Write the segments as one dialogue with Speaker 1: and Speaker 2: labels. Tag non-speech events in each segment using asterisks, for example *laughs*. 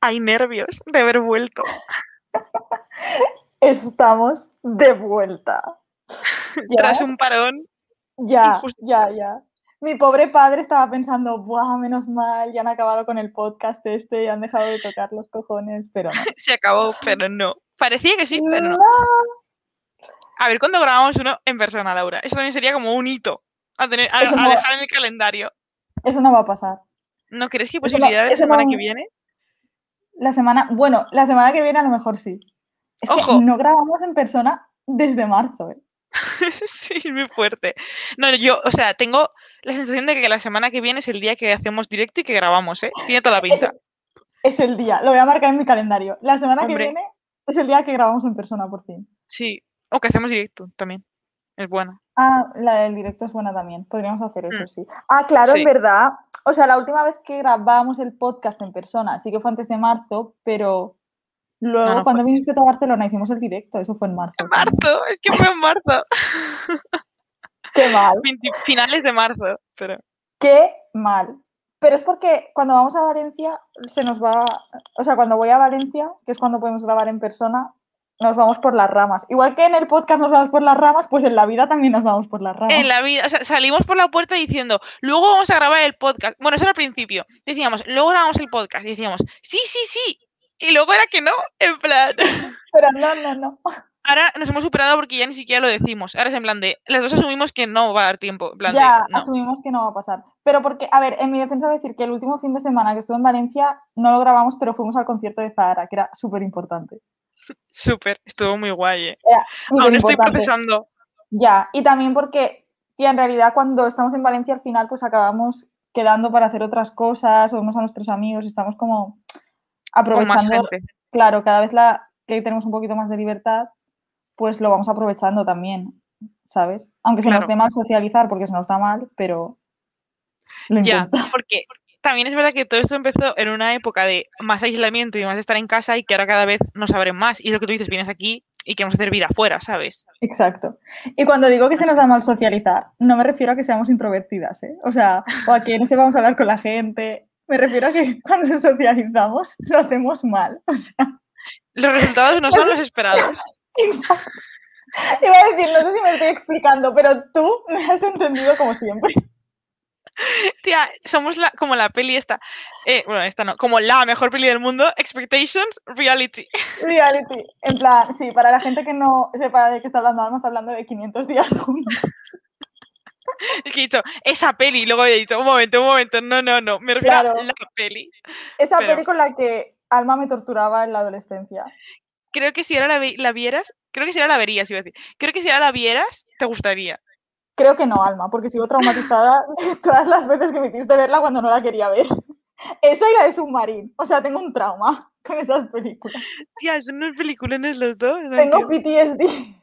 Speaker 1: Hay nervios de haber vuelto.
Speaker 2: Estamos de vuelta.
Speaker 1: *laughs* Tras un parón. *laughs*
Speaker 2: Ya,
Speaker 1: injusto.
Speaker 2: ya, ya. Mi pobre padre estaba pensando, ¡buah, menos mal! Ya han acabado con el podcast este y han dejado de tocar los cojones, pero no.
Speaker 1: Se acabó, pero no. Parecía que sí, pero no.
Speaker 2: No.
Speaker 1: A ver, ¿cuándo grabamos uno en persona, Laura? Eso también sería como un hito a, tener, a,
Speaker 2: Eso
Speaker 1: a
Speaker 2: no-
Speaker 1: dejar en el calendario.
Speaker 2: Eso no va a pasar.
Speaker 1: ¿No crees que hay
Speaker 2: Eso no-
Speaker 1: posibilidades la
Speaker 2: eso
Speaker 1: semana
Speaker 2: no-
Speaker 1: que viene? *laughs*
Speaker 2: La semana, bueno, la semana que viene a lo mejor sí. Es que
Speaker 1: Ojo.
Speaker 2: no grabamos en persona desde marzo, ¿eh?
Speaker 1: sí, es muy fuerte. No, yo, o sea, tengo la sensación de que la semana que viene es el día que hacemos directo y que grabamos, ¿eh? Tiene toda la
Speaker 2: Es,
Speaker 1: pinta.
Speaker 2: es el día, lo voy a marcar en mi calendario. La semana
Speaker 1: Hombre.
Speaker 2: que viene es el día que grabamos en persona, por fin.
Speaker 1: Sí. O que hacemos directo también. Es buena.
Speaker 2: Ah, la del directo es buena también. Podríamos hacer eso, sí. Ah, claro,
Speaker 1: Mm. Sí.
Speaker 2: es verdad. O sea, la última vez que grabábamos el podcast en persona, sí que fue antes de marzo, pero luego
Speaker 1: no fue-
Speaker 2: cuando viniste tú a Barcelona hicimos el directo, eso fue en marzo.
Speaker 1: Ah, pues En
Speaker 2: también.
Speaker 1: marzo, es que fue en marzo. *laughs*
Speaker 2: Qué mal,
Speaker 1: 20 finales de marzo, pero.
Speaker 2: qué mal. Pero es porque cuando vamos a Valencia se nos va, o sea, cuando voy a Valencia, que es cuando podemos grabar en persona, nos vamos por las ramas. Igual que en el podcast nos vamos por las ramas, pues en la vida también nos vamos por las ramas.
Speaker 1: En la vida, o sea, salimos por la puerta diciendo, luego vamos a grabar el podcast. Bueno, eso era al principio. Decíamos, luego grabamos el podcast. Y decíamos, sí, sí, sí. Y luego era que no, en plan. *laughs*
Speaker 2: Pero no, no, no.
Speaker 1: Ahora nos hemos superado porque ya ni siquiera lo decimos. Ahora es en plan de, las dos asumimos que no va a dar tiempo. En plan de,
Speaker 2: Ya,
Speaker 1: no.
Speaker 2: asumimos que no va a pasar. Pero porque, a ver, en mi defensa voy a decir que el último fin de semana que estuve en Valencia no lo grabamos, pero fuimos al concierto de Zahara, que era súper importante.
Speaker 1: Súper, estuvo muy guay, eh.
Speaker 2: Súper
Speaker 1: Aún estoy
Speaker 2: importante.
Speaker 1: procesando.
Speaker 2: Ya, y también porque, tía, en realidad cuando estamos en Valencia al final pues acabamos quedando para hacer otras cosas, o vemos a nuestros amigos, estamos como
Speaker 1: Con más
Speaker 2: aprovechando,
Speaker 1: gente.
Speaker 2: claro, cada vez la, que tenemos un poquito más de libertad, pues lo vamos aprovechando también, ¿sabes? Aunque se nos
Speaker 1: Claro.
Speaker 2: dé mal socializar, porque se nos da mal, pero lo
Speaker 1: Ya,
Speaker 2: intentamos.
Speaker 1: porque también es verdad que todo esto empezó en una época de más aislamiento y más estar en casa y que ahora cada vez nos abren más. Y es lo que tú dices, vienes aquí y queremos hacer vida afuera, ¿sabes?
Speaker 2: Exacto. Y cuando digo que se nos da mal socializar, no me refiero a que seamos introvertidas, ¿eh? O sea, o a que no sepamos hablar con la gente. Me refiero a que *laughs* cuando socializamos lo hacemos mal. *laughs* O sea,
Speaker 1: Los resultados no son los esperados.
Speaker 2: exacto. Iba a decir, no sé si me estoy explicando, pero tú me has entendido como siempre. *laughs*
Speaker 1: Tía, somos la, como la peli esta. eh, bueno, esta no, como la mejor peli del mundo, Expectations Reality. *laughs*
Speaker 2: Reality. En plan, sí, para la gente que no sepa de qué está hablando Alma, está hablando de 500 días juntos.
Speaker 1: Es que he dicho, esa peli, y luego he dicho, un momento, un momento, no, no, no, me refiero
Speaker 2: Claro.
Speaker 1: a la peli.
Speaker 2: Esa
Speaker 1: Pero-
Speaker 2: película que Alma me torturaba en la adolescencia.
Speaker 1: Creo que si ahora la, vi- la vieras, creo que si ahora la verías, iba a decir. Creo que si ahora la vieras, te gustaría.
Speaker 2: Creo que no, Alma, porque sigo traumatizada *laughs* de todas las veces que me hiciste verla cuando no la quería ver. Esa y la de Submarine. O sea, tengo un trauma *laughs* con esas películas.
Speaker 1: Tía, son unos peliculones los dos. no
Speaker 2: Tengo
Speaker 1: entiendo.
Speaker 2: PTSD.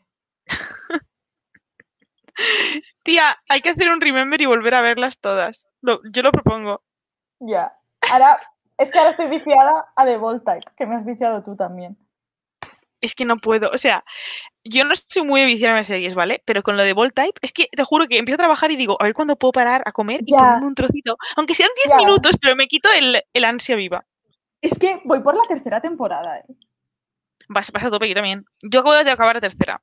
Speaker 1: Tía, hay que hacer un remember y volver a verlas todas. Lo- yo lo propongo.
Speaker 2: *laughs* Ya. Ahora, es que ahora estoy viciada a The Volt Type, que me has viciado tú también.
Speaker 1: Es que no puedo. O sea, yo no soy muy de viciarme a series, ¿vale? Pero con lo de Ball Type, es que te juro que empiezo a trabajar y digo, a ver cuándo puedo parar a comer y
Speaker 2: Ya.
Speaker 1: ponerme un trocito. Aunque sean 10
Speaker 2: Ya.
Speaker 1: minutos, pero me quito el, el ansia viva.
Speaker 2: Es que voy por la tercera temporada. eh.
Speaker 1: Vas, vas a tope, yo también. Yo acabo de acabar la tercera.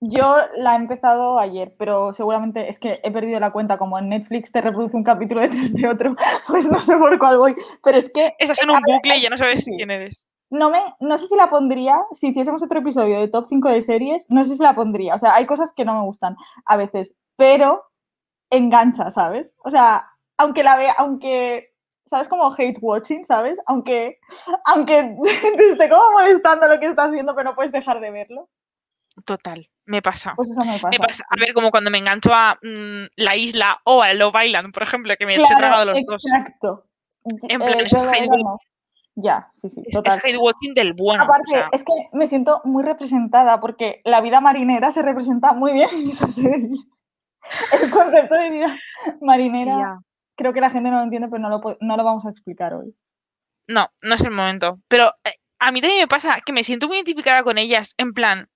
Speaker 2: Yo la he empezado ayer, pero seguramente es que he perdido la cuenta. Como en Netflix te reproduce un capítulo detrás de otro, *laughs* pues no sé por cuál voy. Pero es que
Speaker 1: Estás en
Speaker 2: Eh, A
Speaker 1: un
Speaker 2: ver,
Speaker 1: bucle y ya no sabes
Speaker 2: sí.
Speaker 1: quién eres.
Speaker 2: No, me, no sé si la pondría, si hiciésemos otro episodio de top 5 de series, no sé si la pondría. O sea, hay cosas que no me gustan a veces, pero engancha, ¿sabes? O sea, aunque la vea, aunque, ¿sabes? Como hate watching, ¿sabes? Aunque, aunque *laughs* te esté como molestando lo que estás viendo, pero no puedes dejar de verlo.
Speaker 1: Total, me pasa.
Speaker 2: Pues eso me pasa.
Speaker 1: Me pasa, a ver, como cuando me engancho a mm, La Isla o a Love Island, por ejemplo, que me he tragado los dos.
Speaker 2: exacto. Eh,
Speaker 1: En plan, eso
Speaker 2: yo
Speaker 1: es
Speaker 2: la
Speaker 1: hate
Speaker 2: verdad
Speaker 1: watching.
Speaker 2: no. Ya, sí, sí,
Speaker 1: Es,
Speaker 2: total.
Speaker 1: es hate watching del bueno. Ah, o
Speaker 2: Aparte,
Speaker 1: sea.
Speaker 2: es que me siento muy representada porque la vida marinera se representa muy bien en esa serie. El concepto de vida marinera,
Speaker 1: Ya.
Speaker 2: creo que la gente no lo entiende, pero no lo, po- no lo vamos a explicar hoy.
Speaker 1: No, no es el momento. Pero eh, a mí también me pasa que me siento muy identificada con ellas, en plan,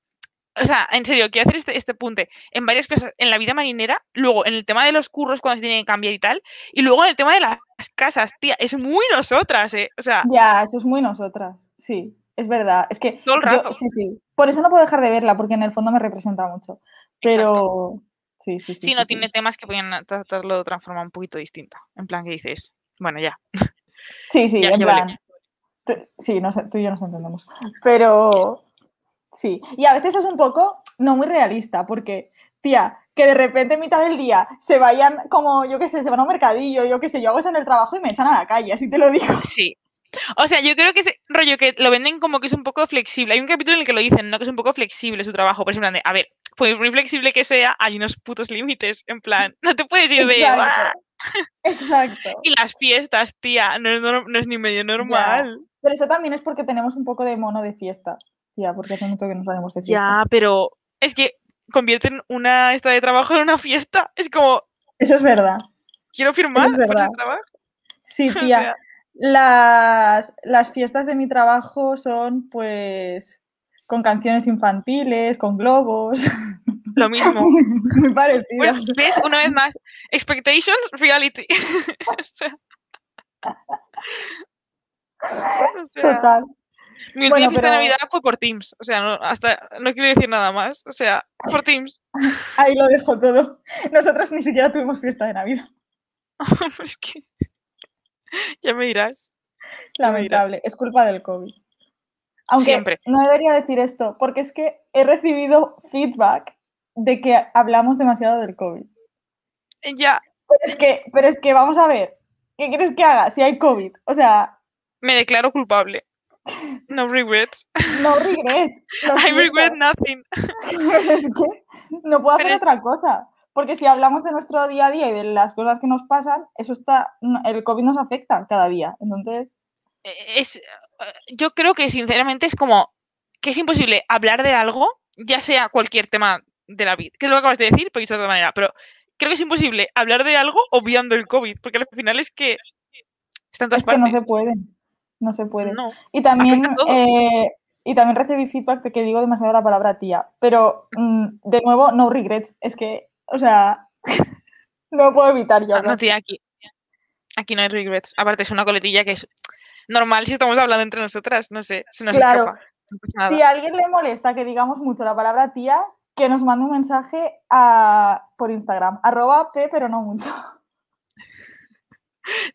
Speaker 1: o sea, en serio, quiero hacer este, este punte en varias cosas, en la vida marinera, luego en el tema de los curros cuando se tienen que cambiar y tal, y luego en el tema de las casas, tía, es muy nosotras, ¿eh? O sea,
Speaker 2: Ya, eso es muy nosotras, sí, es verdad. Es que
Speaker 1: todo el
Speaker 2: yo-
Speaker 1: rato.
Speaker 2: sí, sí. Por eso no puedo dejar de verla, porque en el fondo me representa mucho. Pero sí, sí, sí.
Speaker 1: si no
Speaker 2: sí, sí.
Speaker 1: tiene temas que podían tratarlo de otra forma un poquito distinta. En plan que dices, bueno, ya.
Speaker 2: Sí, sí,
Speaker 1: Ya,
Speaker 2: en
Speaker 1: ya vale.
Speaker 2: plan. tú- sí, nos- tú y yo nos entendemos. Pero sí. Y a veces es un poco no muy realista, porque, tía, que de repente en mitad del día se vayan como, yo qué sé, se van a un mercadillo, yo qué sé, yo hago eso en el trabajo y me echan a la calle, así te lo digo.
Speaker 1: *laughs* Sí. O sea, yo creo que ese rollo que lo venden como que es un poco flexible. Hay un capítulo en el que lo dicen, ¿no? Que es un poco flexible su trabajo. Pero es en plan de, a ver, pues muy flexible que sea, hay unos putos límites. En plan, no te puedes ir de. "Buah".
Speaker 2: Exacto. Exacto.
Speaker 1: Y las fiestas, tía, no es, nor- no es ni medio normal.
Speaker 2: Pero eso también es porque tenemos un poco de mono de fiesta, tía, porque hace mucho que no salimos de fiesta.
Speaker 1: Ya, pero es que convierten una esta de trabajo en una fiesta. Es como,
Speaker 2: Eso es verdad.
Speaker 1: quiero firmar por ese
Speaker 2: verdad.
Speaker 1: trabajo.
Speaker 2: Sí,
Speaker 1: *laughs* O
Speaker 2: tía.
Speaker 1: sea,
Speaker 2: Las, las fiestas de mi trabajo son pues con canciones infantiles, con globos, *laughs*
Speaker 1: lo mismo.
Speaker 2: muy parecidas.
Speaker 1: Pues, ¿Ves? Una vez más. Expectations, reality. *laughs* O sea- o sea,
Speaker 2: Total.
Speaker 1: Mi última
Speaker 2: Bueno,
Speaker 1: fiesta de
Speaker 2: pero-
Speaker 1: Navidad fue por Teams. O sea, no, hasta no quiero decir nada más. O sea, por Teams. *laughs*
Speaker 2: Ahí lo dejo todo. Nosotros ni siquiera tuvimos fiesta de Navidad.
Speaker 1: es que. *laughs* Ya me dirás. Ya me dirás.
Speaker 2: Lamentable. Es culpa del COVID. Aunque
Speaker 1: Siempre.
Speaker 2: no debería decir esto, porque es que he recibido feedback de que hablamos demasiado del COVID.
Speaker 1: Ya,
Speaker 2: Pero es que, pero es que vamos a ver, ¿qué quieres que haga si hay COVID? O sea,
Speaker 1: me declaro culpable. No regrets. *laughs*
Speaker 2: no regrets. lo
Speaker 1: I
Speaker 2: siento.
Speaker 1: regret nothing.
Speaker 2: Pero *laughs* es que no puedo hacer
Speaker 1: Pero es-
Speaker 2: otra cosa. Porque si hablamos de nuestro día a día y de las cosas que nos pasan, eso está. no- El COVID nos afecta cada día. Entonces,
Speaker 1: Eh, Es, eh, yo creo que sinceramente es como que es imposible hablar de algo, ya sea cualquier tema de la vida, que es lo que acabas de decir, pero dicho de otra manera, pero creo que es imposible hablar de algo obviando el COVID, porque al final es que está en todas
Speaker 2: es que no
Speaker 1: partes.
Speaker 2: se pueden. No se pueden.
Speaker 1: No,
Speaker 2: Y también,
Speaker 1: afecta a todo.
Speaker 2: eh, y también recibí feedback de que digo demasiado la palabra tía. Pero mm, de nuevo, no regrets. Es que, o sea, *laughs* no puedo evitar yo.
Speaker 1: Ah, no,
Speaker 2: hablar.
Speaker 1: tía, aquí. Aquí no hay regrets. Aparte, es una coletilla que es normal si estamos hablando entre nosotras. No sé, se nos
Speaker 2: Claro.
Speaker 1: escapa. no pasa nada.
Speaker 2: Si a alguien le molesta que digamos mucho la palabra tía, que nos mande un mensaje a- por Instagram. Arroba P, pero no mucho.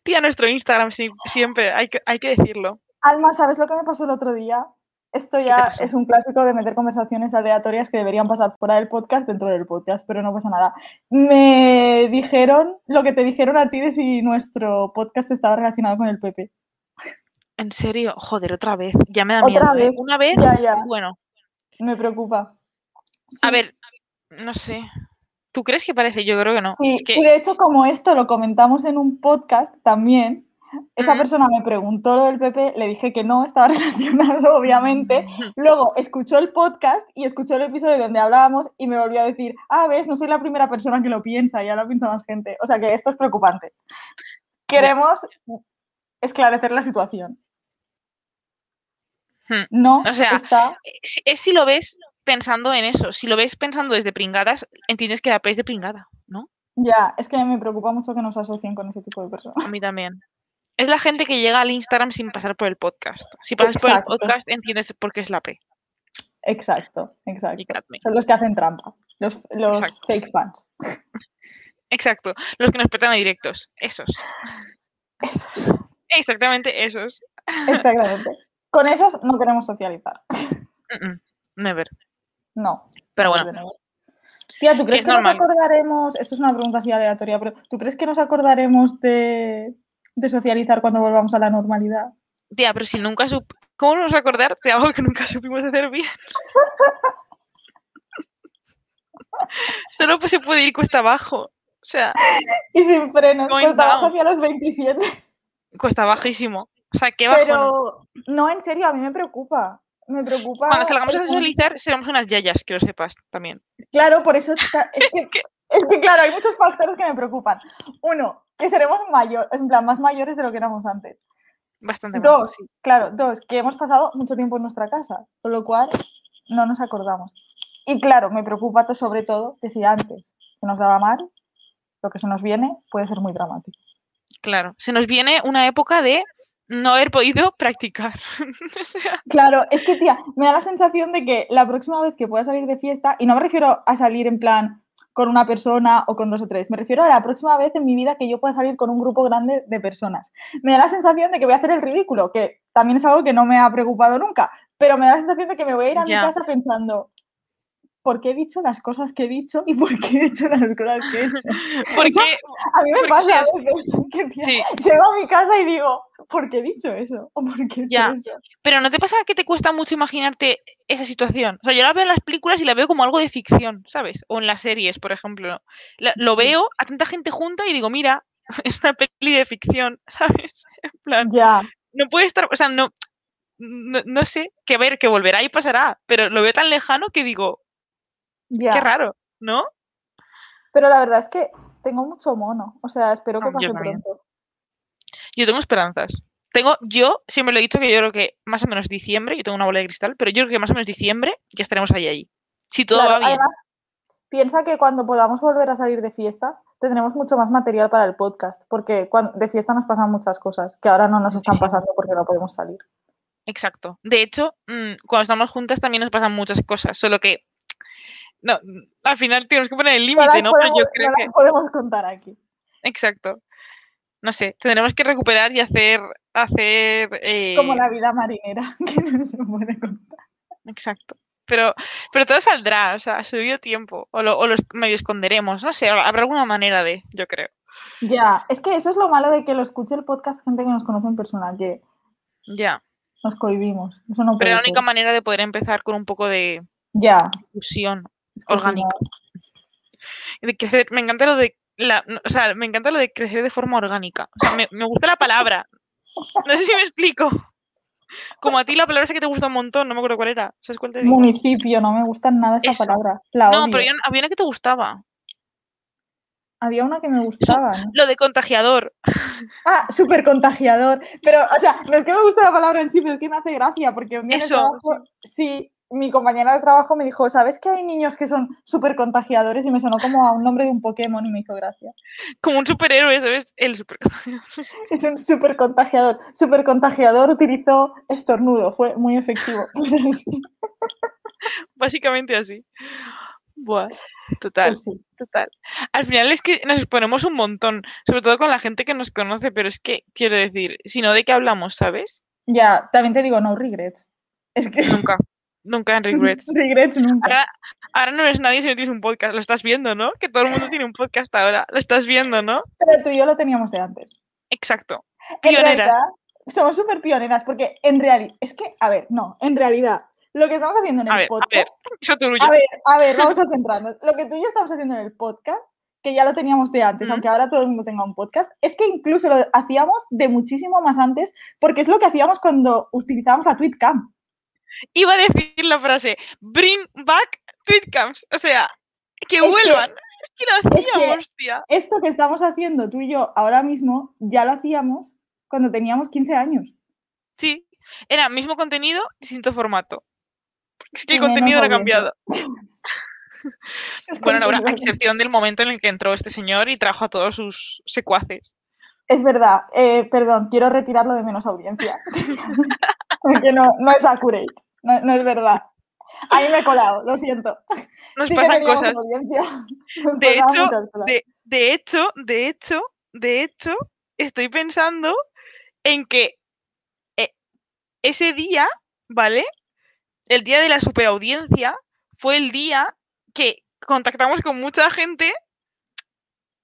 Speaker 1: Tía, nuestro Instagram
Speaker 2: Oh.
Speaker 1: sí- siempre, hay que, hay que decirlo.
Speaker 2: Alma, ¿sabes lo que me pasó el otro día? Esto
Speaker 1: te
Speaker 2: ya
Speaker 1: pasó?
Speaker 2: es un clásico de meter conversaciones aleatorias que deberían pasar fuera del podcast dentro del podcast, pero no pasa nada. Me dijeron lo que te dijeron a ti de si nuestro podcast estaba relacionado con el PP.
Speaker 1: En serio, joder, otra vez. Ya me da
Speaker 2: Otra
Speaker 1: miedo. ¿eh?
Speaker 2: vez,
Speaker 1: Una vez,
Speaker 2: Ya, ya,
Speaker 1: bueno.
Speaker 2: me preocupa.
Speaker 1: A
Speaker 2: Sí,
Speaker 1: ver, no sé. ¿Tú crees que parece? Yo creo que no.
Speaker 2: sí,
Speaker 1: Es que
Speaker 2: Y de hecho, como esto lo comentamos en un podcast también, esa
Speaker 1: Ujú.
Speaker 2: persona me preguntó lo del PP, le dije que no, estaba *laughs* relacionado, obviamente, Luego escuchó el podcast y escuchó el episodio donde hablábamos y me volvió a decir, ah, ves, no soy la primera persona que lo piensa y ahora piensa más gente. O sea que esto es preocupante. Queremos esclarecer la situación.
Speaker 1: Hmm.
Speaker 2: No,
Speaker 1: O sea,
Speaker 2: está...
Speaker 1: es, es Eh, si lo ves pensando en eso. Si lo ves pensando desde pringadas, entiendes que la P es de pringada, ¿no?
Speaker 2: Ya, es que me preocupa mucho que nos asocien con ese tipo de personas.
Speaker 1: A mí también. Es la gente que llega al Instagram sin pasar por el podcast. Si pasas por el
Speaker 2: Exacto.
Speaker 1: podcast, entiendes por qué es la P.
Speaker 2: Exacto, exacto.
Speaker 1: Picadme.
Speaker 2: Son los que hacen trampa, los, los
Speaker 1: Exacto.
Speaker 2: fake fans.
Speaker 1: Exacto. Los que nos petan a directos. Esos.
Speaker 2: Eso es.
Speaker 1: Exactamente esos.
Speaker 2: Exactamente. Con esos no queremos socializar.
Speaker 1: Mm, mm, Never.
Speaker 2: No.
Speaker 1: Pero
Speaker 2: Pues
Speaker 1: bueno.
Speaker 2: de nuevo. Tía, ¿tú crees
Speaker 1: es
Speaker 2: que nos
Speaker 1: normal.
Speaker 2: acordaremos? Esto es una pregunta así aleatoria, pero ¿tú crees que nos acordaremos de, de socializar cuando volvamos a la normalidad?
Speaker 1: Tía, pero si nunca sup... ¿Cómo nos acordar de algo que nunca supimos hacer
Speaker 2: *laughs*
Speaker 1: bien? Solo pues se puede ir cuesta abajo. O sea,
Speaker 2: Y sin frenos,
Speaker 1: Going
Speaker 2: pues trabajo
Speaker 1: down.
Speaker 2: hacia los 27.
Speaker 1: cuesta bajísimo. O sea, qué bajo.
Speaker 2: Pero no, en serio, a mí me preocupa. Me preocupa.
Speaker 1: Cuando salgamos a
Speaker 2: el-
Speaker 1: socializar, seremos unas yayas, que lo sepas también.
Speaker 2: Claro, por eso
Speaker 1: *laughs*
Speaker 2: ta- es que, es que, claro, hay muchos factores que me preocupan. Uno, que seremos mayores, en plan, más mayores de lo que éramos antes.
Speaker 1: Bastante más.
Speaker 2: Dos, claro, dos, que hemos pasado mucho tiempo en nuestra casa, con lo cual no nos acordamos. Y claro, me preocupa to- sobre todo que si antes se nos daba mal, lo que se nos viene puede ser muy dramático.
Speaker 1: Claro, se nos viene una época de no haber podido practicar. *laughs* o sea,
Speaker 2: Claro, es que tía, me da la sensación de que la próxima vez que pueda salir de fiesta, y no me refiero a salir en plan con una persona o con dos o tres, me refiero a la próxima vez en mi vida que yo pueda salir con un grupo grande de personas. Me da la sensación de que voy a hacer el ridículo, que también es algo que no me ha preocupado nunca, pero me da la sensación de que me voy a ir
Speaker 1: Ya.
Speaker 2: a mi casa pensando, ¿por qué he dicho las cosas que he dicho y por qué he hecho las cosas que he hecho?
Speaker 1: porque,
Speaker 2: Eso- A mí me
Speaker 1: Porque
Speaker 2: pasa
Speaker 1: sea-
Speaker 2: a veces que tía,
Speaker 1: sí,
Speaker 2: llego a mi casa y digo, ¿por qué he dicho eso? ¿O por qué he hecho
Speaker 1: Ya.
Speaker 2: eso?
Speaker 1: pero ¿no te pasa que te cuesta mucho imaginarte esa situación? O sea, yo la veo en las películas y la veo como algo de ficción, ¿sabes? O en las series, por ejemplo. La- lo
Speaker 2: Sí.
Speaker 1: veo a tanta gente junta y digo, mira, *laughs* es una peli de ficción, *laughs* ¿sabes? En plan,
Speaker 2: Ya,
Speaker 1: no puede estar, o sea, no, no, no sé, que ver, que volverá y pasará, pero lo veo tan lejano que digo,
Speaker 2: ya.
Speaker 1: qué raro, ¿no?
Speaker 2: Pero la verdad es que tengo mucho mono. O sea, espero
Speaker 1: Ah,
Speaker 2: que
Speaker 1: yo
Speaker 2: pase
Speaker 1: también.
Speaker 2: pronto.
Speaker 1: Yo tengo esperanzas. Tengo, yo siempre lo he dicho que yo creo que más o menos diciembre, yo tengo una bola de cristal, pero yo creo que más o menos diciembre ya estaremos ahí allí. Si todo
Speaker 2: Claro,
Speaker 1: va bien.
Speaker 2: Además, piensa que cuando podamos volver a salir de fiesta, tendremos mucho más material para el podcast. Porque cuan- de fiesta nos pasan muchas cosas que ahora no nos están
Speaker 1: Muchísimo.
Speaker 2: pasando porque no podemos salir.
Speaker 1: Exacto. De hecho, mm, cuando estamos juntas también nos pasan muchas cosas, solo que no, mm, al final tenemos que poner el
Speaker 2: No
Speaker 1: límite,
Speaker 2: las,
Speaker 1: ¿no? Pero
Speaker 2: podemos,
Speaker 1: yo
Speaker 2: no
Speaker 1: creo
Speaker 2: las
Speaker 1: que.
Speaker 2: podemos contar aquí.
Speaker 1: Exacto. No sé, tendremos que recuperar y hacer. hacer
Speaker 2: Como
Speaker 1: eh,
Speaker 2: la vida marinera, *laughs* que no se puede contar.
Speaker 1: Exacto. Pero, pero todo saldrá, o sea, ha subido tiempo. O lo, o los medio esconderemos, no sé, habrá alguna manera de, yo creo.
Speaker 2: Ya, es que eso es lo malo de que lo escuche el podcast gente que nos conoce en persona, que
Speaker 1: Ya.
Speaker 2: nos cohibimos. Eso no
Speaker 1: Pero
Speaker 2: puede
Speaker 1: la única
Speaker 2: ser.
Speaker 1: manera de poder empezar con un poco de
Speaker 2: Ya.
Speaker 1: fusión,
Speaker 2: es que si no-
Speaker 1: orgánico. de crecer, me encanta lo de la, no, o sea, me encanta lo de crecer de forma orgánica. O sea, me, me gusta la palabra. No sé si me explico. Como a ti la palabra esa que te gusta un montón, no me acuerdo cuál era. ¿Sabes cuál te digo?
Speaker 2: Municipio, no me gusta nada esa
Speaker 1: Eso.
Speaker 2: palabra. La
Speaker 1: No,
Speaker 2: odio.
Speaker 1: pero había una- había una que te gustaba.
Speaker 2: Había una que me gustaba. ¿no?
Speaker 1: Lo de contagiador.
Speaker 2: Ah, súper contagiador. Pero, o sea, no es que me guste la palabra en sí, pero es que me hace gracia, porque un día en el
Speaker 1: Eso,
Speaker 2: trabajo, sí, mi compañera de trabajo me dijo, ¿sabes que hay niños que son súper contagiadores? Y me sonó como a un nombre de un Pokémon y me hizo gracia.
Speaker 1: Como un superhéroe, ¿sabes? El super...
Speaker 2: Es un súper contagiador. Súper contagiador utilizó estornudo, fue muy efectivo. *laughs* Pues así,
Speaker 1: *laughs* Básicamente así. Buah, total.
Speaker 2: pues sí.
Speaker 1: Total. Al final es que nos exponemos un montón, sobre todo con la gente que nos conoce, pero es que, quiero decir, si no, ¿de qué hablamos, sabes?
Speaker 2: Ya, también te digo, no regrets. Es que
Speaker 1: Nunca, nunca en regrets.
Speaker 2: *laughs* regrets nunca.
Speaker 1: Ahora, ahora no eres nadie si no tienes un podcast, lo estás viendo, ¿no? Que todo el mundo tiene un podcast ahora, lo estás viendo, ¿no?
Speaker 2: Pero tú y yo lo teníamos de antes.
Speaker 1: Exacto.
Speaker 2: En
Speaker 1: Pioneras.
Speaker 2: realidad, somos súper pioneras porque en realidad, es que, a ver, no, en realidad, lo que estamos haciendo en
Speaker 1: A
Speaker 2: el
Speaker 1: ver, a ver, pues
Speaker 2: podcast,
Speaker 1: eso te
Speaker 2: a ver, a ver, vamos a centrarnos. Lo que tú y yo estamos haciendo en el podcast, que ya lo teníamos de antes,
Speaker 1: Ujú.
Speaker 2: aunque ahora todo el mundo tenga un podcast, es que incluso lo hacíamos de muchísimo más antes porque es lo que hacíamos cuando utilizábamos la Tweetcam.
Speaker 1: Iba a decir la frase, bring back tweetcams, o sea, que
Speaker 2: Es que-
Speaker 1: vuelvan. Es que lo
Speaker 2: es que-
Speaker 1: hacíamos, tía.
Speaker 2: Esto que estamos haciendo tú y yo ahora mismo, ya lo hacíamos cuando teníamos 15 años.
Speaker 1: Sí, era mismo contenido, distinto formato. Es que
Speaker 2: Y
Speaker 1: el
Speaker 2: menos
Speaker 1: contenido no ha
Speaker 2: audiencia.
Speaker 1: cambiado.
Speaker 2: Es
Speaker 1: Bueno, Laura, a
Speaker 2: contenido.
Speaker 1: excepción del momento en el que entró este señor y trajo a todos sus secuaces.
Speaker 2: Es verdad, eh, perdón, quiero retirarlo de
Speaker 1: *laughs*
Speaker 2: menos audiencia. Porque no, no es accurate, no, no es verdad. Ahí me he colado, lo siento.
Speaker 1: Nos
Speaker 2: Sí que
Speaker 1: pasan
Speaker 2: teníamos
Speaker 1: cosas.
Speaker 2: audiencia. *laughs* Nos
Speaker 1: De
Speaker 2: pasaban
Speaker 1: hecho,
Speaker 2: muchas cosas.
Speaker 1: De, de hecho, de hecho, de hecho, estoy pensando en que eh, ese día, ¿vale? El día de la superaudiencia fue el día que contactamos con mucha gente.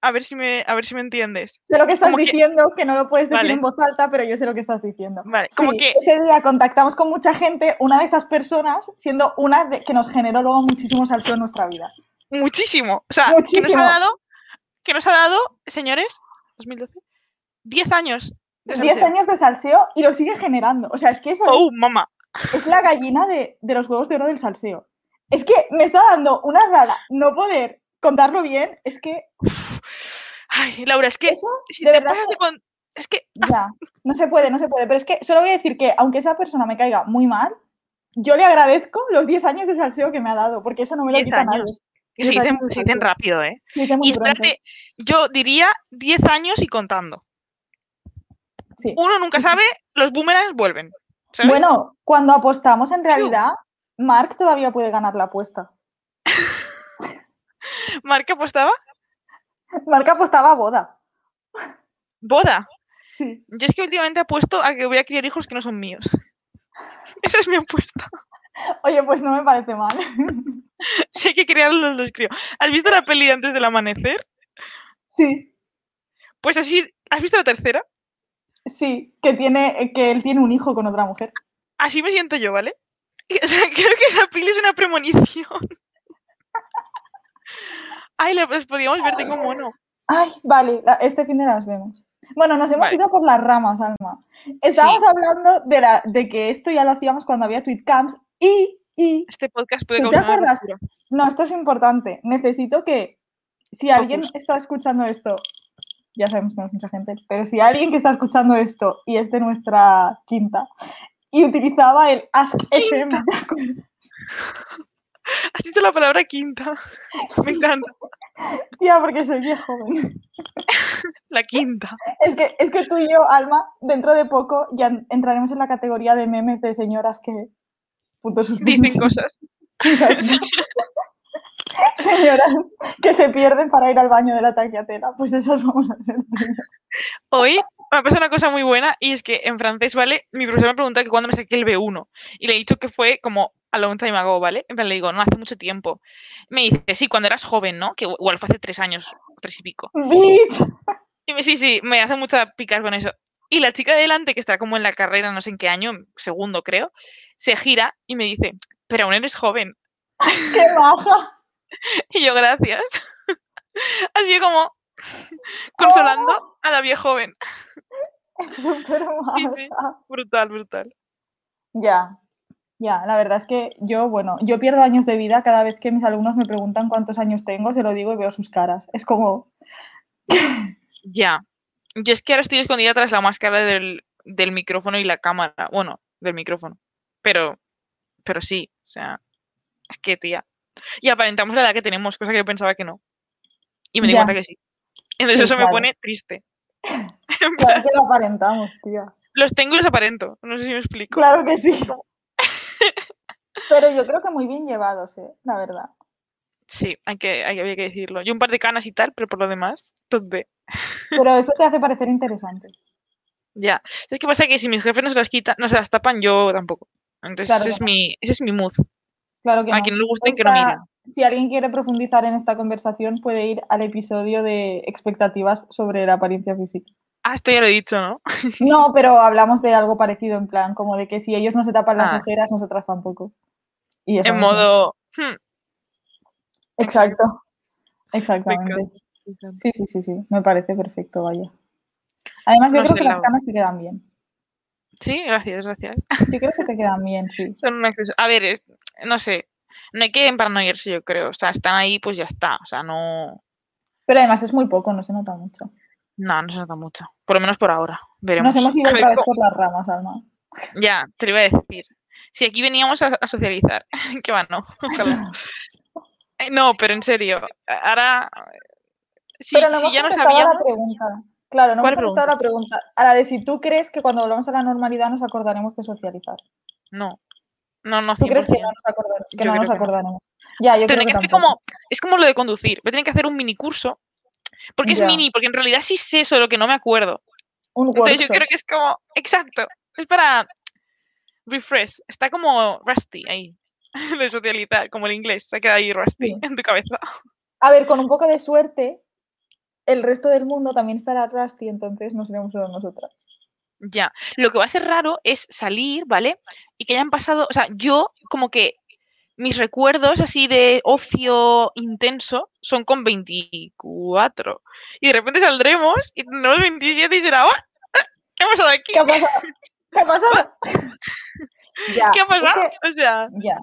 Speaker 1: A ver si me, a ver si me entiendes.
Speaker 2: Sé lo que estás
Speaker 1: como que-
Speaker 2: diciendo, que no lo puedes decir
Speaker 1: Vale.
Speaker 2: en voz alta, pero yo sé lo que estás diciendo.
Speaker 1: Vale, como
Speaker 2: Sí,
Speaker 1: que
Speaker 2: ese día contactamos con mucha gente, una de esas personas siendo una de- que nos generó luego muchísimo salto en nuestra vida.
Speaker 1: muchísimo. O sea, que nos
Speaker 2: Muchísimo.
Speaker 1: ha dado, que nos ha dado, señores, 2012, 10 años. de
Speaker 2: 10
Speaker 1: salseo.
Speaker 2: años de salseo y lo sigue generando. O sea, es que eso es
Speaker 1: Oh, mamá.
Speaker 2: Es la gallina de, de los huevos de oro del salseo. Es que me está dando una rara no poder contarlo bien. Es que
Speaker 1: Ay, Laura, es que
Speaker 2: eso
Speaker 1: si
Speaker 2: de
Speaker 1: te
Speaker 2: verdad
Speaker 1: pasas de con- Es que
Speaker 2: ya, no se puede, no se puede. Pero es que solo voy a decir que aunque esa persona me caiga muy mal, yo le agradezco los 10 años de salseo que me ha dado, porque eso no me lo
Speaker 1: 10
Speaker 2: quita nadie.
Speaker 1: años. Que se
Speaker 2: 10
Speaker 1: dicen,
Speaker 2: años de
Speaker 1: se dicen
Speaker 2: salseo.
Speaker 1: rápido, ¿eh?
Speaker 2: Lo hice muy
Speaker 1: Y
Speaker 2: pronto.
Speaker 1: espérate, yo diría 10 años y contando.
Speaker 2: Sí.
Speaker 1: Uno nunca sabe, los boomerangs vuelven. ¿sabes?
Speaker 2: Bueno, cuando apostamos en realidad, Mark todavía puede ganar la apuesta.
Speaker 1: Mark apostaba
Speaker 2: Mark apostaba a boda.
Speaker 1: boda.
Speaker 2: Sí.
Speaker 1: Yo es que últimamente apuesto a que voy a criar hijos que no son míos. *laughs* Esa es mi apuesta. *laughs*
Speaker 2: Oye, pues no me parece mal. *laughs*
Speaker 1: Si hay que criarlos, los crío. ¿Has visto la peli de antes del amanecer?
Speaker 2: Sí,
Speaker 1: Pues así, ¿has visto la tercera?
Speaker 2: sí, que tiene, que él tiene un hijo con otra mujer.
Speaker 1: Así me siento yo, ¿vale? *laughs* O sea, creo que esa peli es una premonición. *laughs* Ay, la- las podíamos ver, tengo mono.
Speaker 2: Ay, vale, la- este fin de las vemos. Bueno, nos hemos
Speaker 1: Vale.
Speaker 2: ido por las ramas, Alma. Estábamos hablando de, la, de que esto ya lo hacíamos cuando había tweetcamps y, y,
Speaker 1: Este podcast puede
Speaker 2: ¿Tú te
Speaker 1: causar una *laughs*
Speaker 2: acuerdas?
Speaker 1: ruptura.
Speaker 2: no, esto es importante. Necesito que, si alguien está escuchando esto, ya sabemos que no es mucha gente, pero si alguien que está escuchando esto y es de nuestra quinta y utilizaba el Ask FM, ¿te acuerdas?
Speaker 1: Has dicho la palabra quinta. Me
Speaker 2: *laughs*
Speaker 1: encanta.
Speaker 2: Tía, porque soy bien joven.
Speaker 1: La quinta.
Speaker 2: Es que, es que tú y yo, Alma, dentro de poco ya en- entraremos en la categoría de memes de señoras que. puntos
Speaker 1: Dicen
Speaker 2: suspensivos.
Speaker 1: cosas.
Speaker 2: Exacto. *laughs* Señoras que se pierden para ir al baño de la taquiatela, pues esas vamos a ser. tú y yo.
Speaker 1: Hoy me ha pasado una cosa muy buena y es que en francés, ¿vale? Mi profesor me pregunta que cuándo me saqué el B1 y le he dicho que fue como a long time ago, ¿vale? En plan, le digo, no, hace mucho tiempo. Me dice, sí, cuando eras joven, ¿no? Que igual fue hace tres años, tres y pico.
Speaker 2: Bitch.
Speaker 1: Y me- sí, sí, me hace mucha picar con eso. Y la chica de delante, que está como en la carrera, no sé en qué año, en segundo creo, se gira y me dice, pero aún eres joven.
Speaker 2: ¡Qué baja!
Speaker 1: Y yo, gracias. *laughs* Ha sido como
Speaker 2: ¡Oh!
Speaker 1: consolando a la vieja joven.
Speaker 2: Es súper
Speaker 1: Sí, sí.
Speaker 2: maja.
Speaker 1: Brutal, brutal.
Speaker 2: Ya, ya, la verdad es que yo, bueno, yo pierdo años de vida cada vez que mis alumnos me preguntan cuántos años tengo, se lo digo y veo sus caras. Es como.
Speaker 1: Ya. Yo es que ahora estoy escondida tras la máscara del, del micrófono y la cámara. Bueno, del micrófono. Pero, pero sí, o sea, es que tía. Y aparentamos la edad que tenemos, cosa que yo pensaba que no. Y me di
Speaker 2: Ya.
Speaker 1: cuenta que sí. Entonces
Speaker 2: Sí,
Speaker 1: eso
Speaker 2: claro.
Speaker 1: me pone
Speaker 2: *laughs*
Speaker 1: triste. En plan,
Speaker 2: Claro que lo aparentamos, tía.
Speaker 1: Los tengo y los aparento. No sé si me explico.
Speaker 2: Claro
Speaker 1: *laughs*
Speaker 2: que sí. Pero yo creo que muy bien llevados, eh, la verdad.
Speaker 1: Sí, hay que, hay, había que decirlo. Yo un par de canas y tal, pero por lo demás, todo de.
Speaker 2: Pero eso te hace parecer interesante.
Speaker 1: Ya. Es que pasa que si mis jefes no se las quitan, no se las tapan, yo tampoco. Entonces
Speaker 2: Claro
Speaker 1: ese,
Speaker 2: que
Speaker 1: es mi, ese es mi mood.
Speaker 2: Claro que
Speaker 1: a
Speaker 2: no.
Speaker 1: quien no le guste, que no
Speaker 2: Esta-
Speaker 1: miren.
Speaker 2: Si alguien quiere profundizar en esta conversación, puede ir al episodio de expectativas sobre la apariencia física.
Speaker 1: *laughs* Ah, esto ya lo he dicho, ¿no?
Speaker 2: No, pero hablamos de algo parecido, en plan, como de que si ellos no se tapan las
Speaker 1: Ah.
Speaker 2: ojeras, nosotras tampoco. Y eso
Speaker 1: En
Speaker 2: no sé.
Speaker 1: modo. hmm,
Speaker 2: Exacto. Exactamente. Sí, sí, sí, sí. Me parece perfecto, vaya. Además, yo
Speaker 1: No
Speaker 2: creo
Speaker 1: sé,
Speaker 2: que las
Speaker 1: Laura.
Speaker 2: canas te quedan bien.
Speaker 1: Sí, gracias, gracias.
Speaker 2: Yo creo que te quedan bien, sí.
Speaker 1: Son un acceso- A ver, es- no sé. No hay que emparanoiarse, yo creo. O sea, están ahí, pues ya está. O sea, no.
Speaker 2: Pero además es muy poco, no se nota mucho.
Speaker 1: No, no se nota mucho. Por lo menos por ahora. Veremos.
Speaker 2: Nos
Speaker 1: *laughs*
Speaker 2: hemos ido
Speaker 1: A ver
Speaker 2: otra vez
Speaker 1: cómo-
Speaker 2: por las ramas, Alma.
Speaker 1: Ya, te lo iba a decir. Si aquí veníamos a, a socializar, *laughs* que va, no. ojalá.
Speaker 2: *laughs*
Speaker 1: Eh, No, pero en serio, a- ahora. Si,
Speaker 2: Pero no
Speaker 1: si
Speaker 2: hemos
Speaker 1: ya no
Speaker 2: contestado a
Speaker 1: sabíamos.
Speaker 2: la pregunta. Claro, no hemos
Speaker 1: ¿Cuál
Speaker 2: contestado a la pregunta. A la de si tú crees que cuando volvamos a la normalidad nos acordaremos de socializar.
Speaker 1: No. No, no,
Speaker 2: ¿Tú crees que no
Speaker 1: 100%.
Speaker 2: nos, acordar- que
Speaker 1: Yo
Speaker 2: no
Speaker 1: creo
Speaker 2: nos
Speaker 1: que no.
Speaker 2: acordaremos? Ya, yo
Speaker 1: Tendré
Speaker 2: creo que
Speaker 1: que hacer
Speaker 2: tampoco.
Speaker 1: como. Es como lo de conducir. Voy a tener que hacer un mini curso. Porque
Speaker 2: Ya.
Speaker 1: es mini, porque en realidad sí sé solo que no me acuerdo.
Speaker 2: Un
Speaker 1: Entonces yo
Speaker 2: workshop.
Speaker 1: creo que es como. Exacto. Es para. Refresh. Está como rusty ahí. *laughs* De socializar, como el inglés. Se ha quedado ahí rusty
Speaker 2: Sí.
Speaker 1: en tu cabeza.
Speaker 2: A ver, con un poco de suerte, el resto del mundo también estará Rusty, entonces no seremos solo nosotras.
Speaker 1: Ya. Lo que va a ser raro es salir, ¿vale? Y que hayan pasado, o sea, yo como que mis recuerdos así de ocio intenso son con 24. Y de repente saldremos y tenemos 27 y será, "Ah, ah, ¿qué ha pasado aquí?
Speaker 2: ¿Qué ha pasado? ¿Qué
Speaker 1: *laughs*
Speaker 2: ha pasado? ya,
Speaker 1: ¿Qué ha
Speaker 2: es que-
Speaker 1: pasado? O sea,
Speaker 2: Ya.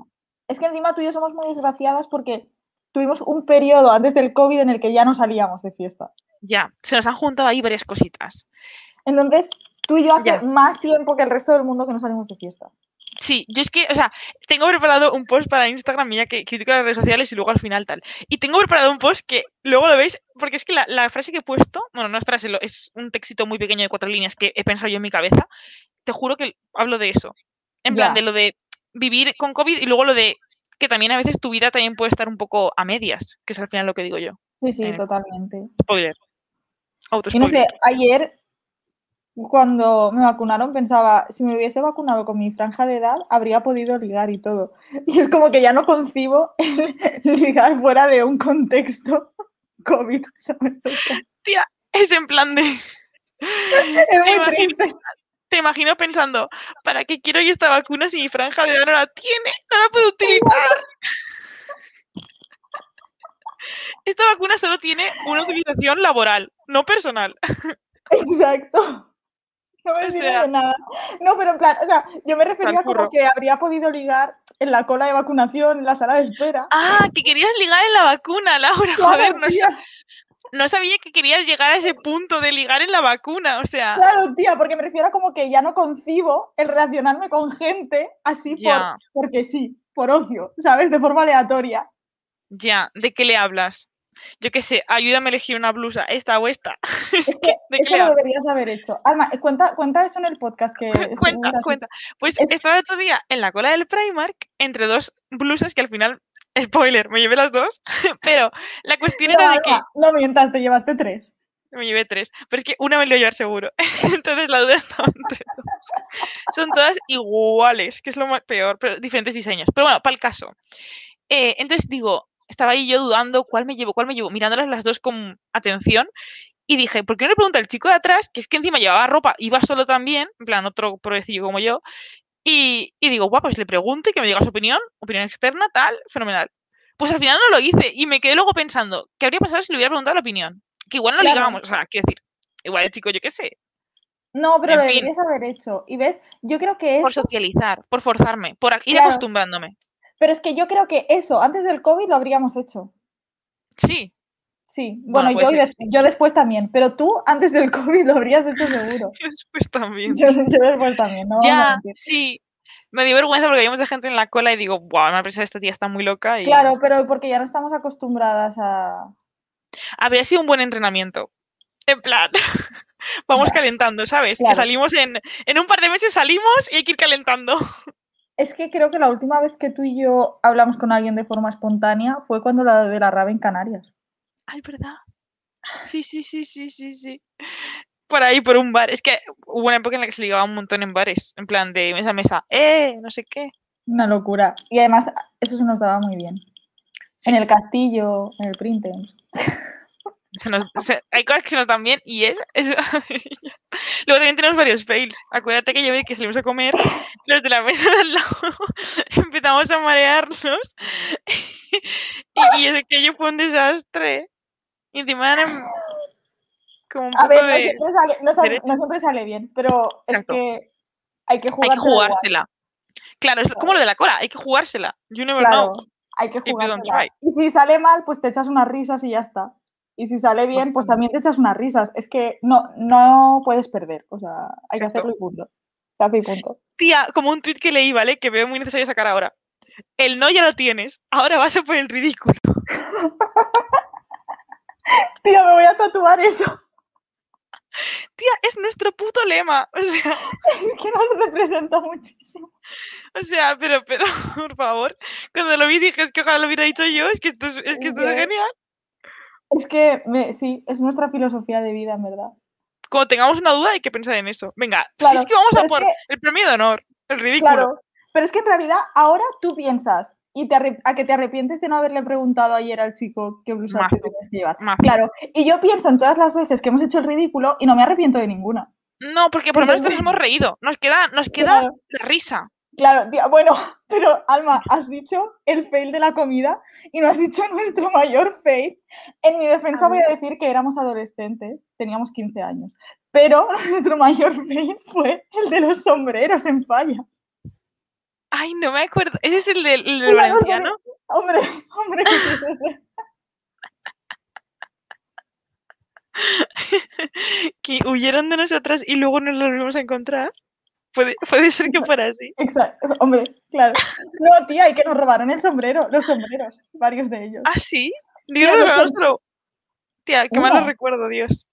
Speaker 2: Es que encima tú y yo somos muy desgraciadas porque tuvimos un periodo antes del COVID en el que ya no salíamos de fiesta.
Speaker 1: ya, se nos han juntado ahí varias cositas.
Speaker 2: Entonces, tú y yo hace
Speaker 1: Ya.
Speaker 2: más tiempo que el resto del mundo que no salimos de fiesta.
Speaker 1: Sí, yo es que, o sea, tengo preparado un post para Instagram mía que critica las redes sociales y luego al final tal. Y tengo preparado un post que luego lo veis, porque es que la, la frase que he puesto, bueno, no es frase, lo- es un textito muy pequeño de cuatro líneas que he pensado yo en mi cabeza. Te juro que hablo de eso. En plan,
Speaker 2: Ya.
Speaker 1: de lo de vivir con COVID y luego lo de que también a veces tu vida también puede estar un poco a medias, que es al final lo que digo yo.
Speaker 2: Sí, sí,
Speaker 1: Eh,
Speaker 2: totalmente.
Speaker 1: Spoiler. Auto
Speaker 2: Y no sé, ayer cuando me vacunaron pensaba, si me hubiese vacunado con mi franja de edad, habría podido ligar y todo. Y es como que ya no concibo el *laughs* ligar fuera de un contexto COVID, ¿sabes? O sea,
Speaker 1: *laughs* Es en plan de.
Speaker 2: es muy
Speaker 1: imagino.
Speaker 2: triste.
Speaker 1: Te imagino pensando, ¿para qué quiero yo esta vacuna si mi franja de edad no la tiene? No la puedo utilizar. Esta vacuna solo tiene una utilización laboral, no personal. *laughs*
Speaker 2: Exacto. No me
Speaker 1: O
Speaker 2: sirve
Speaker 1: sea-
Speaker 2: de nada. No, pero en plan, o sea, yo me refería
Speaker 1: curro.
Speaker 2: como que habría podido ligar en la cola de vacunación, en la sala de espera.
Speaker 1: Ah, que querías ligar en la vacuna, Laura.
Speaker 2: *laughs* Claro,
Speaker 1: Joder, no,
Speaker 2: tía,
Speaker 1: no sabía que querías llegar a ese punto de ligar en la vacuna. O sea,
Speaker 2: *laughs* claro, tía, porque me refiero a como que ya no concibo el relacionarme con gente así por,
Speaker 1: ya,
Speaker 2: porque sí, por ocio, ¿sabes? De forma aleatoria.
Speaker 1: ya, ¿de qué le hablas? Yo qué sé, ayúdame a elegir una blusa, esta o esta. *laughs* Es,
Speaker 2: Es
Speaker 1: que, ¿de qué
Speaker 2: Eso
Speaker 1: le
Speaker 2: lo
Speaker 1: hablas?
Speaker 2: deberías haber hecho. Alma, eh, cuenta, cuenta eso en el podcast que es muy
Speaker 1: cuenta,
Speaker 2: gracioso.
Speaker 1: cuenta. Pues
Speaker 2: Es-
Speaker 1: estaba el otro día en la cola del Primark entre dos blusas que al final, spoiler, me llevé las dos, *laughs* pero la cuestión
Speaker 2: No,
Speaker 1: era de que
Speaker 2: Alma, no mientas, te llevaste tres.
Speaker 1: me llevé tres, pero es que una me lo iba a llevar seguro, *laughs* entonces la duda estaba entre dos. Son todas iguales, que es lo más peor, pero diferentes diseños. Pero bueno, para el caso. Eh, entonces digo, estaba ahí yo dudando cuál me llevo, cuál me llevo, mirándolas las dos con atención. Y dije, ¿por qué no le pregunta al chico de atrás? Que es que encima llevaba ropa, iba solo también, en plan otro provecillo como yo. Y, y digo, guau, pues le pregunto y que me diga su opinión, opinión externa, tal, fenomenal. Pues al final no lo hice y me quedé luego pensando, ¿qué habría pasado si le hubiera preguntado la opinión? Que igual no
Speaker 2: Claro.
Speaker 1: ligábamos, o sea, quiero decir, igual el chico, yo qué sé,
Speaker 2: No, pero
Speaker 1: En
Speaker 2: lo
Speaker 1: fin.
Speaker 2: deberías haber hecho. Y ves, yo creo que
Speaker 1: por
Speaker 2: eso,
Speaker 1: socializar, por forzarme, por a- ir
Speaker 2: Claro.
Speaker 1: acostumbrándome.
Speaker 2: pero es que yo creo que eso, antes del COVID lo habríamos hecho. *laughs*
Speaker 1: Sí,
Speaker 2: Sí,
Speaker 1: Bueno,
Speaker 2: bueno,
Speaker 1: pues
Speaker 2: yo,
Speaker 1: sí.
Speaker 2: des- yo después también, pero tú antes del *laughs* COVID lo habrías hecho
Speaker 1: *laughs*
Speaker 2: seguro.
Speaker 1: después también.
Speaker 2: Yo, yo después también, no vamos a
Speaker 1: Ya,
Speaker 2: mentir.
Speaker 1: sí. Me dio vergüenza porque vimos de gente en la cola y digo, wow, me parece esta tía está muy loca. Y...
Speaker 2: Claro, pero porque ya no estamos acostumbradas a...
Speaker 1: Habría sido un buen entrenamiento. En plan, *laughs* vamos
Speaker 2: Ya.
Speaker 1: calentando, ¿sabes? Que
Speaker 2: Claro.
Speaker 1: salimos en, en un par de meses salimos y hay que ir calentando. *laughs*
Speaker 2: Es que creo que la última vez que tú y yo hablamos con alguien de forma espontánea fue cuando la de la rave en Canarias.
Speaker 1: Ay, ¿verdad? Sí, sí, sí, sí, sí, sí. Por ahí, por un bar. Es que hubo una época en la que se ligaba un montón en bares. En plan, de mesa a mesa, ¡eh! No sé qué.
Speaker 2: Una locura. Y además, eso se nos daba muy bien.
Speaker 1: Sí.
Speaker 2: En el castillo, en el Printemps.
Speaker 1: Se nos- se- hay cosas que se nos dan bien y es. es- *laughs* Luego también tenemos varios fails. Acuérdate que yo vi que salimos a comer, los de la mesa del lado *laughs* empezamos a marearnos *laughs* y, y es que yo fue un desastre. Y encima eran como un
Speaker 2: A
Speaker 1: poco
Speaker 2: ver, no
Speaker 1: de.
Speaker 2: siempre, sale, no sale-
Speaker 1: derecho.
Speaker 2: no siempre sale bien, pero es
Speaker 1: Exacto.
Speaker 2: que hay que
Speaker 1: hay
Speaker 2: jugar.
Speaker 1: que jugársela. Claro, es como lo de la cola, hay que jugársela. You never
Speaker 2: Claro,
Speaker 1: know.
Speaker 2: hay que
Speaker 1: you don't
Speaker 2: jugar.
Speaker 1: try.
Speaker 2: Y si sale mal, pues te echas unas risas y ya está. Y si sale bien, pues también te echas unas risas. Es que no, no puedes perder. O sea, hay que
Speaker 1: Exacto.
Speaker 2: hacerlo y punto. Se hace y punto.
Speaker 1: Tía, como un tweet que leí, ¿vale? Que veo muy necesario sacar ahora. El no ya lo tienes, ahora vas a por el ridículo.
Speaker 2: Tío, me voy a tatuar eso. *laughs*
Speaker 1: Tía, es nuestro puto lema. *laughs* O sea.
Speaker 2: Es que nos representa muchísimo.
Speaker 1: O sea, pero, pero, *laughs* por favor, cuando lo vi dije, es que ojalá lo hubiera dicho yo, es que esto es, es que esto es
Speaker 2: Ya.
Speaker 1: genial.
Speaker 2: Es que me- sí, es nuestra filosofía de vida, en verdad.
Speaker 1: Cuando tengamos una duda hay que pensar en eso. Venga, si
Speaker 2: Claro,
Speaker 1: es que vamos
Speaker 2: pero
Speaker 1: a
Speaker 2: es
Speaker 1: por
Speaker 2: que-
Speaker 1: el premio de honor, el ridículo.
Speaker 2: Claro. Pero es que en realidad ahora tú piensas y te arrep- a que te arrepientes de no haberle preguntado ayer al chico qué blusa
Speaker 1: Mazo.
Speaker 2: te tenías que llevar.
Speaker 1: Mazo.
Speaker 2: Claro. Y yo pienso en todas las veces que hemos hecho el ridículo y no me arrepiento de ninguna.
Speaker 1: No, porque por lo menos nos
Speaker 2: Entonces-
Speaker 1: hemos reído. Nos queda, nos queda
Speaker 2: Claro.
Speaker 1: la risa.
Speaker 2: Claro, tía, bueno, *laughs* pero Alma, has dicho el fail de la comida y no has dicho *laughs* nuestro mayor fail. En mi defensa voy a decir que éramos adolescentes, teníamos 15 años, pero *laughs* nuestro mayor fail fue el de los sombreros en falla.
Speaker 1: Ay, no me acuerdo. ¿Ese es el del el
Speaker 2: Y ya nos
Speaker 1: valenciano?
Speaker 2: Hombre, *laughs* hombre, ¿qué es ese?
Speaker 1: Que huyeron de nosotras y luego nos los volvimos a encontrar. Puede, *laughs* puede ser que fuera así.
Speaker 2: Exacto, hombre, claro. No, tía, y que nos robaron el sombrero, los sombreros, varios de ellos.
Speaker 1: ¿Ah, sí?
Speaker 2: Tía,
Speaker 1: Dios,
Speaker 2: no
Speaker 1: me
Speaker 2: son-
Speaker 1: otro. Tía, qué
Speaker 2: Uno.
Speaker 1: malo recuerdo, Dios.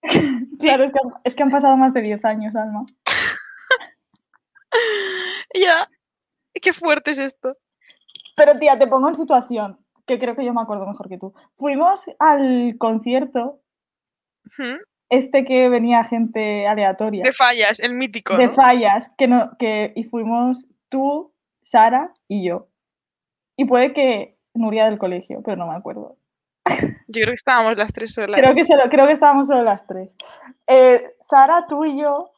Speaker 2: Claro, es que, han, es que han pasado más de 10 años, Alma.
Speaker 1: Ya. Qué fuerte es esto.
Speaker 2: Pero tía, te pongo en situación, que creo que yo me acuerdo mejor que tú. Fuimos al concierto
Speaker 1: Ujú.
Speaker 2: este que venía gente aleatoria,
Speaker 1: De fallas, el mítico.
Speaker 2: de
Speaker 1: ¿no?
Speaker 2: fallas, que no, que, y fuimos tú, Sara y yo. Y puede que Nuria del colegio, pero no me acuerdo.
Speaker 1: Yo creo que estábamos las tres solas.
Speaker 2: Creo que, solo- creo que estábamos solo las tres. Eh, Sara, tú y yo,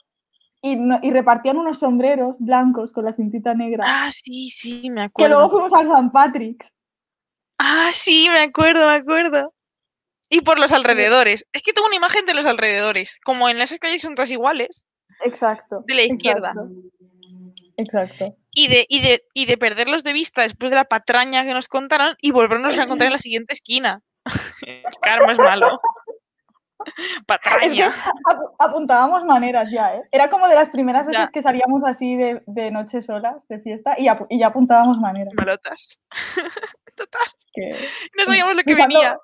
Speaker 2: y, no- y repartían unos sombreros blancos con la cintita negra.
Speaker 1: Ah, sí, sí, me
Speaker 2: Que
Speaker 1: acuerdo.
Speaker 2: luego fuimos al San Patrick's.
Speaker 1: Ah, sí, me acuerdo, me acuerdo. Y por los alrededores. Es que tengo una imagen de los alrededores. Como en esas calles que son todas iguales.
Speaker 2: Exacto.
Speaker 1: De la izquierda.
Speaker 2: exacto, Exacto.
Speaker 1: Y de, y, de, y de perderlos de vista después de la patraña que nos contaron y volvernos a encontrar en la siguiente esquina. *laughs* El karma es
Speaker 2: *laughs*
Speaker 1: malo.
Speaker 2: Es que
Speaker 1: Patraña.
Speaker 2: apu- apuntábamos maneras ya, ¿eh? Era como de las primeras
Speaker 1: Ya.
Speaker 2: veces que salíamos así de, de noches solas, de fiesta, y, apu- y ya apuntábamos maneras.
Speaker 1: Malotas. *laughs*
Speaker 2: que-
Speaker 1: No sabíamos lo que
Speaker 2: pisando-
Speaker 1: venía.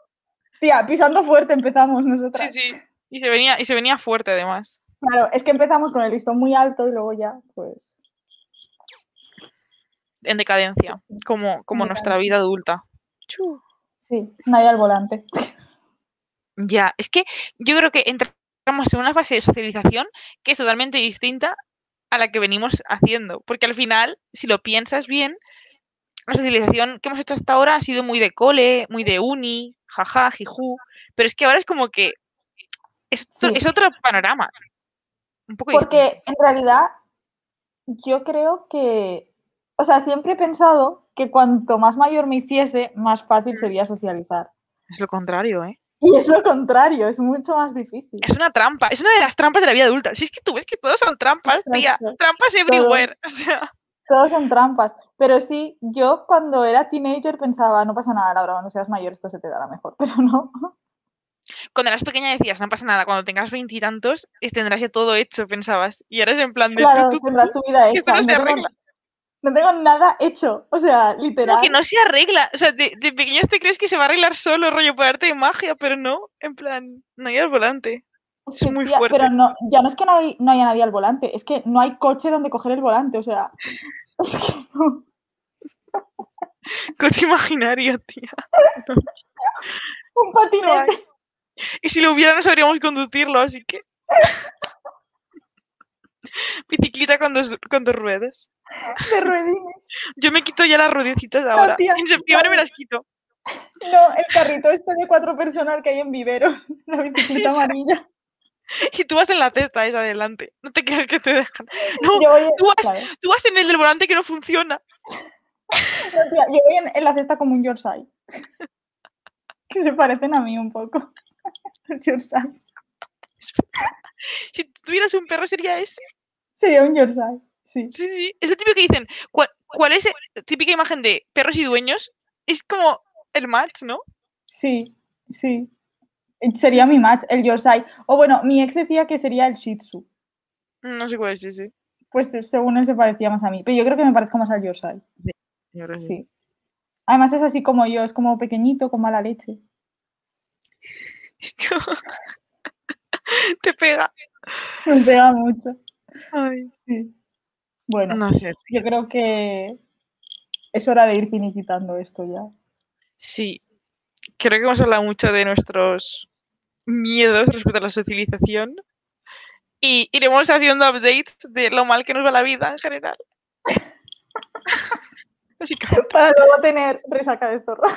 Speaker 2: Tía, pisando fuerte empezamos nosotras.
Speaker 1: Sí, sí. Y se venía, y se venía fuerte además.
Speaker 2: Claro, es que empezamos con el listón muy alto y luego ya, pues.
Speaker 1: En decadencia. Como, como
Speaker 2: En
Speaker 1: nuestra vida adulta. Chu.
Speaker 2: Sí, nadie al volante.
Speaker 1: Ya, es que yo creo que entramos en una fase de socialización que es totalmente distinta a la que venimos haciendo, porque al final, si lo piensas bien, la socialización que hemos hecho hasta ahora ha sido muy de cole, muy de uni, jaja, jijú, pero es que ahora es como que es, otro-
Speaker 2: Sí.
Speaker 1: es otro panorama. Un poco distinto.
Speaker 2: Porque en realidad yo creo que, o sea, siempre he pensado que cuanto más mayor me hiciese, más
Speaker 1: Mm.
Speaker 2: fácil sería socializar.
Speaker 1: Es lo contrario, ¿eh?
Speaker 2: Y es lo contrario, es mucho más difícil.
Speaker 1: Es una trampa, es una de las trampas de la vida adulta. Si es que tú ves que todos son trampas, tía,
Speaker 2: Exacto.
Speaker 1: trampas everywhere. *laughs* O sea,
Speaker 2: Todos son trampas. Pero sí, yo cuando era teenager pensaba, no pasa nada, Laura, cuando seas mayor esto se te dará mejor, *laughs* pero no.
Speaker 1: cuando eras pequeña decías, no pasa nada, cuando tengas veintitantos es- tendrás ya todo hecho, pensabas. Y ahora es en plan de tú,
Speaker 2: Claro,
Speaker 1: tú, tú,
Speaker 2: tendrás tu vida
Speaker 1: que esto
Speaker 2: hecha.
Speaker 1: no
Speaker 2: No
Speaker 1: se
Speaker 2: tengo,
Speaker 1: arregla.
Speaker 2: no tengo nada hecho, o sea,
Speaker 1: como
Speaker 2: literal.
Speaker 1: que no se arregla. O sea, de, de pequeñas te crees que se va a arreglar solo, rollo por arte de magia, pero no, en plan, no hay al volante.
Speaker 2: Es
Speaker 1: Es
Speaker 2: que,
Speaker 1: muy
Speaker 2: tía,
Speaker 1: fuerte.
Speaker 2: Pero no, ya no es que no, hay- no haya nadie al volante, es que no hay coche donde coger el volante, o sea. *laughs* es que no.
Speaker 1: Coche imaginario, tía.
Speaker 2: Un
Speaker 1: No hay.
Speaker 2: patinete.
Speaker 1: Y si lo hubiera no sabríamos conducirlo, así que... *laughs* Bicicleta con dos, con dos ruedas. *laughs*
Speaker 2: de ruedines.
Speaker 1: Yo me quito ya las ruedecitas ahora.
Speaker 2: tía,
Speaker 1: en septiembre me
Speaker 2: vale.
Speaker 1: las quito.
Speaker 2: No, el carrito este de cuatro personas que hay en viveros. *laughs* La bicicleta
Speaker 1: Exacto.
Speaker 2: amarilla.
Speaker 1: Y tú vas en la cesta esa adelante. No te creas que te dejan. No,
Speaker 2: Yo voy, en-
Speaker 1: tú vas-
Speaker 2: claro.
Speaker 1: tú vas en el del volante que no funciona.
Speaker 2: No, tía, yo voy en, en *laughs* la cesta como un Yorkshire. *laughs* Que se parecen a mí un poco. *laughs* Los Yorkshire.
Speaker 1: Si tú tuvieras un perro sería ese.
Speaker 2: Sería un Yorkshire, sí.
Speaker 1: Sí, sí. Es lo típico que dicen. ¿Cuál, cuál es la típica imagen de perros y dueños? Es como el match, ¿no?
Speaker 2: Sí, sí. Sería mi match, el Yorkshire. O bueno, mi ex decía que sería el Shih Tzu.
Speaker 1: No sé cuál es ese.
Speaker 2: Pues eh, según él se parecía más a mí. Pero yo creo que me parezco más al Yorkshire.
Speaker 1: Yo creo que sí.
Speaker 2: Sí. Además es así como yo, es como pequeñito, con mala
Speaker 1: *laughs*
Speaker 2: leche. *laughs*
Speaker 1: Es como- *laughs* Te pega.
Speaker 2: Me pega mucho.
Speaker 1: Ay,
Speaker 2: Sí. Bueno,
Speaker 1: no sé.
Speaker 2: yo creo que es hora de ir finiquitando esto ya.
Speaker 1: Sí. Creo que hemos hablado mucho de nuestros miedos respecto a la socialización. Y iremos haciendo updates de lo mal que nos va la vida en general. *laughs* Así que-
Speaker 2: Para luego tener resaca de zorro.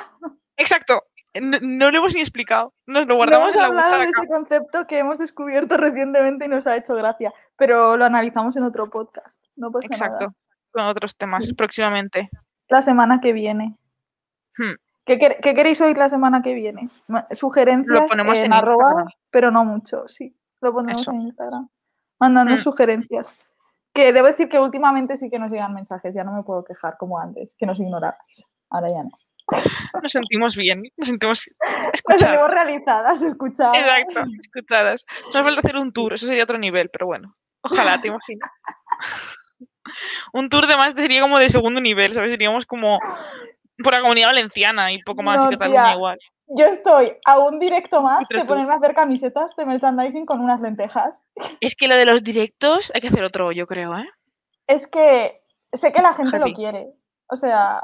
Speaker 1: Exacto. No, no lo hemos ni explicado. Nos lo
Speaker 2: No
Speaker 1: guardamos
Speaker 2: hemos
Speaker 1: en la
Speaker 2: hablado de
Speaker 1: butaca.
Speaker 2: ese concepto que hemos descubierto *laughs* recientemente y nos ha hecho gracia, pero lo analizamos en otro podcast. No pasa nada.
Speaker 1: Exacto. Con otros temas
Speaker 2: Sí.
Speaker 1: próximamente.
Speaker 2: La semana que viene.
Speaker 1: Hmm.
Speaker 2: ¿Qué, quer- qué queréis oír la semana que viene? Ma- Sugerencias
Speaker 1: Lo ponemos en,
Speaker 2: arroba,
Speaker 1: Instagram.
Speaker 2: pero no mucho, sí. Lo pondremos
Speaker 1: Eso.
Speaker 2: en Instagram. Mandando
Speaker 1: Mm.
Speaker 2: sugerencias. Que debo decir que últimamente sí que nos llegan mensajes, ya no me puedo quejar como antes, que nos ignorabais. Ahora ya no.
Speaker 1: Nos sentimos bien. Nos sentimos
Speaker 2: Nos
Speaker 1: escuchadas.
Speaker 2: tenemos realizadas, escuchadas.
Speaker 1: Exacto. Escuchadas. Nos falta hacer un tour. Eso sería otro nivel, pero bueno. Ojalá, te imagino. *laughs* un tour de más sería como de segundo nivel, ¿sabes? Seríamos como por la comunidad valenciana y poco más,
Speaker 2: No,
Speaker 1: y Cataluña
Speaker 2: tía.
Speaker 1: igual.
Speaker 2: Yo estoy a un directo más
Speaker 1: Pero
Speaker 2: de
Speaker 1: tú.
Speaker 2: ponerme a hacer camisetas de merchandising con unas lentejas.
Speaker 1: Es que lo de los directos hay que hacer otro, yo creo, ¿eh?
Speaker 2: Es que sé que la gente
Speaker 1: Heavy.
Speaker 2: lo quiere. O sea,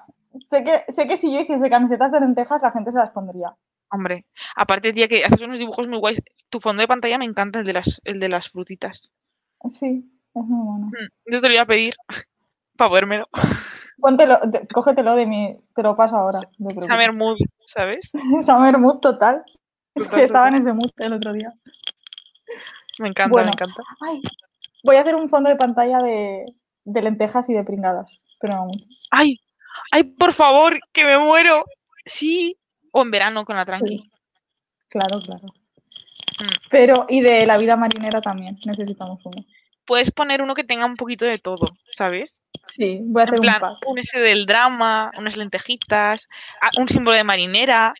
Speaker 2: sé que, sé que si yo hiciese camisetas de lentejas, la gente se las pondría.
Speaker 1: Hombre, aparte, tía, que haces unos dibujos muy guays. Tu fondo de pantalla me encanta el de las, el de las frutitas.
Speaker 2: Sí, es muy bueno.
Speaker 1: Mm, Yo te lo voy a pedir *laughs* para podérmelo.
Speaker 2: Póntelo, te- cógetelo de mí, te lo paso ahora. no te
Speaker 1: Summer Mood, ¿sabes?
Speaker 2: preocupes. *laughs* Summer mood total. Es
Speaker 1: Total,
Speaker 2: que estaba en
Speaker 1: total.
Speaker 2: ese mood el otro día.
Speaker 1: Me encanta,
Speaker 2: Bueno.
Speaker 1: me encanta.
Speaker 2: Ay, voy a hacer un fondo de pantalla de, de lentejas y de pringadas. Pero no mucho.
Speaker 1: ¡Ay! ¡Ay, por favor! ¡Que me muero! Sí. O en verano con la tranqui.
Speaker 2: Sí. Claro, claro.
Speaker 1: Mm.
Speaker 2: Pero, y de la vida marinera también, necesitamos uno.
Speaker 1: Puedes poner uno que tenga un poquito de todo, ¿sabes?
Speaker 2: Sí, voy a
Speaker 1: En
Speaker 2: hacer
Speaker 1: plan,
Speaker 2: un pack.
Speaker 1: un ese del drama, unas lentejitas, a- un símbolo de marinera,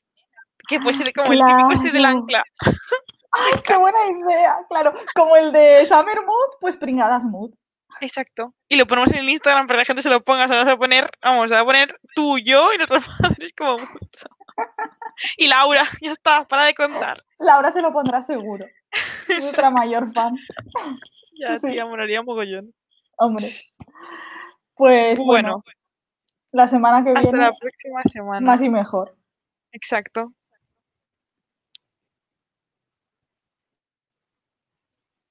Speaker 1: que puede ser como el típico ese del
Speaker 2: claro.
Speaker 1: ancla.
Speaker 2: ¡Ay, qué buena idea! Claro, como el de Summer Mood, pues pringadas Mood.
Speaker 1: Exacto. Y lo ponemos en el Instagram para que la gente se lo ponga. O sea, vas a poner, vamos, vas a poner tú, yo y *laughs* nuestros padres como mucho. Y Laura, ya está, para de contar.
Speaker 2: *laughs* Laura se lo pondrá seguro. Es nuestra mayor fan.
Speaker 1: Ya,
Speaker 2: Sí.
Speaker 1: tía, molaría mogollón.
Speaker 2: Hombre. Pues bueno,
Speaker 1: Bueno,
Speaker 2: la semana que
Speaker 1: hasta
Speaker 2: viene,
Speaker 1: la próxima semana.
Speaker 2: más y mejor.
Speaker 1: Exacto.